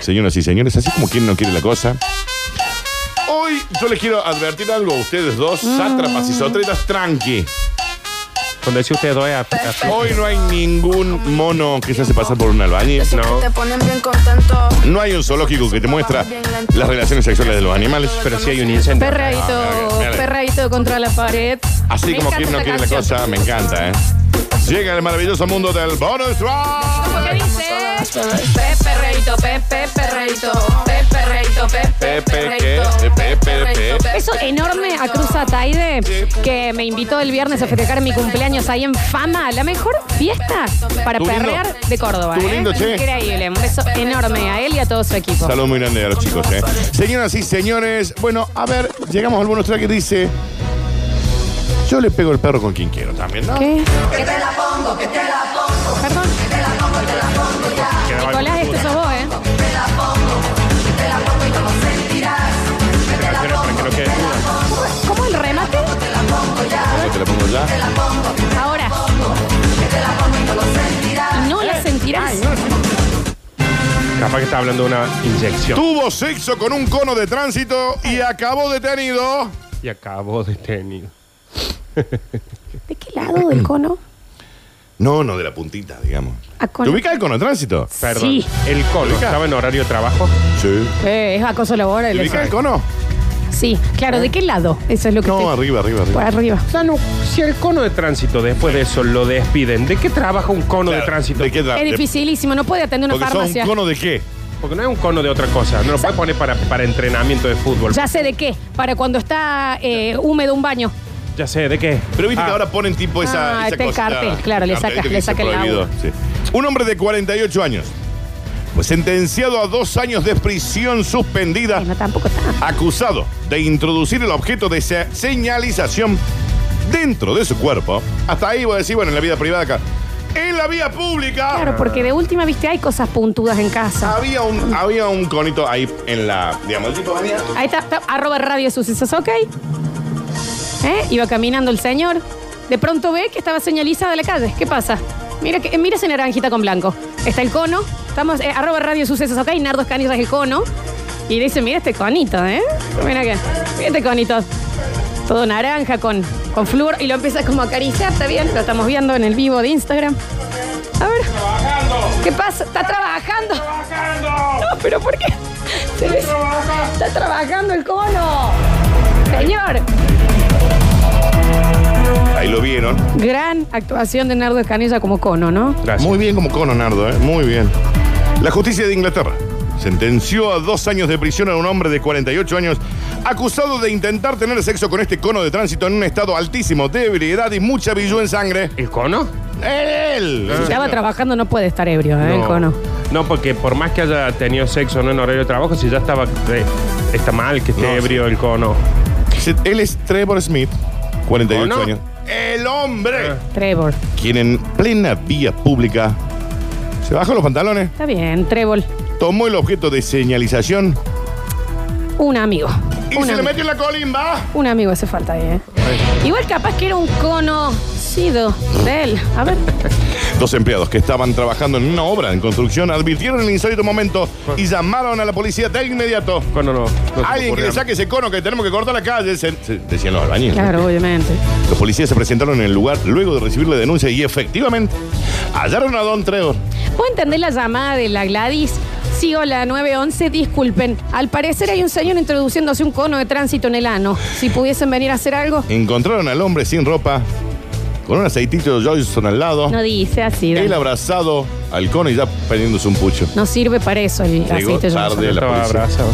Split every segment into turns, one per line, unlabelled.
Señoras y señores, así como quien no quiere la cosa. Hoy yo les quiero advertir algo a ustedes dos, sátrapas y sotretas, tranqui.
Cuando decía usted doy a-
Pues,
a-
Hoy no hay ningún mono que se hace pasar por un albañil.
Esos que te ponen bien contento.
No hay un zoológico que te muestra las relaciones sexuales de los animales.
Pero sí hay un incendio.
Perreíto,
Ah, mira, mira.
perreíto contra la pared.
Así
Me
como
encanta
quien no
esta
quiere la
canción.
cosa, me encanta, ¿eh? Llega el maravilloso mundo del bonus round.
¿Qué dice? Pe perreíto, pe pe perreíto, pe perreíto, pe
Pe, pe,
pe perreíto,
que, pe, pe,
perreíto,
pe.
pe.
Eso enorme a Cruz Ataide, que me invitó el viernes a festejar mi cumpleaños ahí en Fama, la mejor fiesta
Estuvo
para
lindo.
perrear de Córdoba.
Estuvo
¿eh?
lindo, che.
Increíble. Un beso enorme a él y a todo su equipo.
Saludos muy grande a los chicos, ¿eh? Señoras y señores, bueno, a ver, llegamos al bonus track que dice... Yo le pego el perro con quien quiero también, ¿no?
¿Qué? Perdón. Nicolás, este sos vos, ¿eh?
Creo que
¿Cómo el remate?
¿Cómo te la pongo ya?
Ahora. Y No la sentirás.
capaz que está hablando de una inyección.
Tuvo sexo con un cono de tránsito y acabó detenido.
Y acabó detenido.
¿De qué lado del cono?
No, no, de la puntita, digamos.
A
¿Te
cono.
ubicas el cono de tránsito?
Perdón.
Sí.
El cono estaba en horario de trabajo.
Sí.
Eh, es acoso
¿Te
laboral.
ubicas el
eso.
cono?
Sí, claro, ¿de qué lado? Eso es lo que
No,
estoy-
arriba, arriba,
Por
arriba.
arriba.
Sanu, si el cono de tránsito después de eso lo despiden, ¿de qué trabaja un cono de tránsito?
¿De qué tra-
Es
de-
dificilísimo, no puede atender una
Porque sos un
farmacia.
cono de qué?
Porque no es un cono de otra cosa. No lo puede poner para, para entrenamiento de fútbol.
Ya sé de qué, para cuando está eh, húmedo un baño.
Ya sé, ¿de qué?
Pero viste
Ah,
que ahora ponen tipo esa.
Ah,
esa
está el
cosita-
cartel, claro, le saca-
cartelito que
le
dice
saca el
prohibido,
agua.
sí. Un hombre de 48 años fue sentenciado a dos años de prisión suspendida,
Eh, No, tampoco está.
acusado de introducir el objeto de esa señalización dentro de su cuerpo. Hasta ahí voy a decir, bueno, en la vida privada acá. En la vía pública.
Claro, porque de última, viste, hay cosas puntudas en casa.
Había un, había un conito ahí en la. Digamos, el tipo venía.
Ahí está, está, arroba radio sucesos, ¿ok? ¿Eh? Iba caminando el señor. De pronto ve que estaba señalizada la calle. ¿Qué pasa? Mira, que, eh, mira esa naranjita con blanco. Está el cono. Estamos, eh, arroba radio sucesos, ¿ok? Nardo Escanilla es el cono. Y dice, mira este conito, ¿eh? Mira que, mira este conito. Todo naranja con, con flúor. Y lo empieza como a acariciar, ¿está bien? Lo estamos viendo en el vivo de Instagram. A ver. ¿Qué pasa? Está trabajando. No, pero ¿por qué? Se le- Está trabajando el cono. Señor,
Ahí lo vieron.
gran actuación de Nardo Escanilla como cono, ¿no?
Gracias.
Muy bien como cono, Nardo, ¿eh? Muy bien. La justicia de Inglaterra sentenció a dos años de prisión a un hombre de 48 años acusado de intentar tener sexo con este cono de tránsito en un estado altísimo de ebriedad y mucha billú en sangre.
¿El cono?
¡Él!
Ah.
Estaba
Señor.
trabajando, no puede estar ebrio, ¿eh? El cono.
No, porque por más que haya tenido sexo no en horario de trabajo, si ya estaba. eh, está mal que esté
No, sí.
ebrio el cono.
Se- Él es Trevor Smith, 48
¿Cono?
años. ¡El hombre!
Ah.
Trevor.
Quien en plena vía pública se bajó los pantalones,
Está bien, Trevor.
tomó el objeto de señalización
Un amigo.
y
Un
se le
amigo.
metió en la colimba.
Un amigo hace falta ahí, ¿eh? Igual capaz que era un conocido de él. A ver.
Dos empleados que estaban trabajando en una obra en construcción advirtieron el insólito momento y llamaron a la policía de inmediato.
Cono no. no se me
Alguien que
ocurre
le saque ese cono que tenemos que cortar la calle, se- se- decían los albañiles.
Claro, obviamente.
Los policías se presentaron en el lugar luego de recibir la denuncia y efectivamente hallaron a Don Trevor.
¿Puedo entender la llamada de la Gladys? Sí, hola, 911, disculpen. Al parecer hay un señor introduciéndose un cono de tránsito en el ano. Si pudiesen venir a hacer algo.
Encontraron al hombre sin ropa, con un aceitito de Johnson al lado,
No dice así. Dani.
él abrazado al cono y ya prendiéndose un pucho.
No sirve para eso
Llegó
el aceite Johnson.
tarde la
Estaba
policía.
abrazado.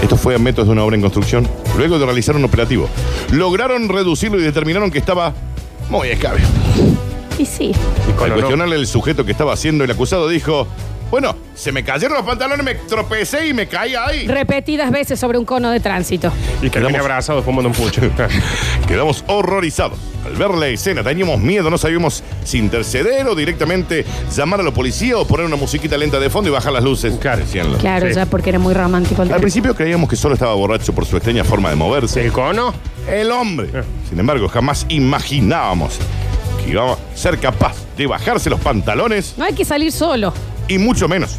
Esto fue a metros de una obra en construcción. Luego de realizar un operativo, lograron reducirlo y determinaron que estaba muy escabio.
Y sí.
El
Al
cono no.
cuestionarle el sujeto que estaba haciendo, el acusado dijo: Bueno, se me cayeron los pantalones, me tropecé y me caí ahí.
Repetidas veces sobre un cono de tránsito.
Y que
Quedamos-
viene abrazado fumando un pucho.
Quedamos horrorizados. Al ver la escena, teníamos miedo, no sabíamos si interceder o directamente llamar a la policía o poner una musiquita lenta de fondo y bajar las luces.
Claro.
decían los-
Claro,
Sí.
ya porque era muy romántico
Al
el tema.
principio creíamos que solo estaba borracho por su extraña forma de moverse.
¿El cono?
el hombre.
Ah.
Sin embargo, jamás imaginábamos que iba a ser capaz de bajarse los pantalones
No hay que salir solo.
y mucho menos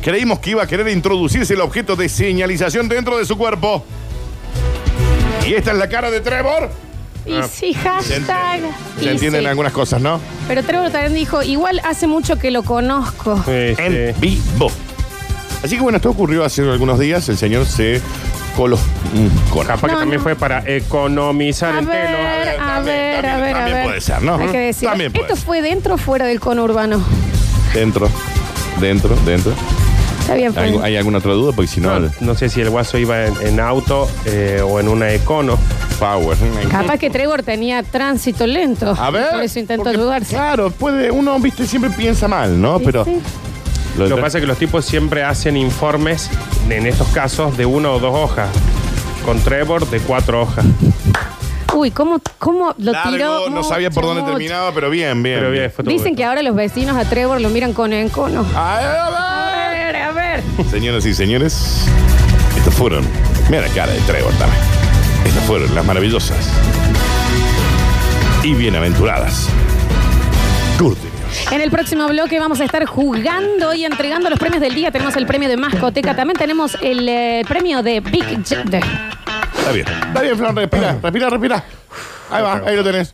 Creímos que iba a querer introducirse el objeto de señalización dentro de su cuerpo. Y esta es la cara de Trevor.
Y
Ah.
sí,
Se
hashtag.
entiende-
Y
se entienden
sí.
algunas cosas, ¿no?
Pero Trevor también dijo, igual hace mucho que lo conozco.
Sí, sí.
en vivo. Así que bueno, esto ocurrió hace algunos días. El señor se coló. mm, coló.
Capaz que
No,
también
no.
fue para economizar
A
el
ver.
pelo.
También,
A ver, a
también,
ver, a
también
ver.
puede ser, ¿no?
Hay que decir.
También puede
¿Esto
ser.
fue dentro o fuera del cono urbano?
Dentro, dentro, dentro.
Está bien,
¿Hay,
Fran.
hay alguna otra duda? Porque si no,
No,
el
no sé si el guaso iba en, en auto eh, o en una econo.
power.
Capaz que Trevor tenía tránsito lento.
A ver.
Por eso intentó
porque,
ayudarse.
Claro, puede, uno, viste, siempre piensa mal, ¿no?
Sí,
Pero
sí.
lo,
Lo que pasa es que los tipos siempre hacen informes, en estos casos, de una o dos hojas. Con Trevor, de cuatro hojas.
Uy, ¿cómo, cómo lo
Largo,
tiró?
no sabía por
Mucho,
dónde
mucho.
terminaba, pero bien, bien.
Pero bien, fue todo
Dicen que
bien.
ahora los vecinos a Trevor lo miran con encono.
A
A ver, a ver.
ver. Señoras y señores, estos fueron. Mira la cara de Trevor también. Estas fueron las maravillosas y bienaventuradas. Curtiño.
En el próximo bloque vamos a estar jugando y entregando los premios del día. Tenemos el premio de Mascoteca, también tenemos el eh, premio de Big Jet.
Está bien. Está bien, Flor, respira, respira, respira. Ahí va, ahí lo tenés.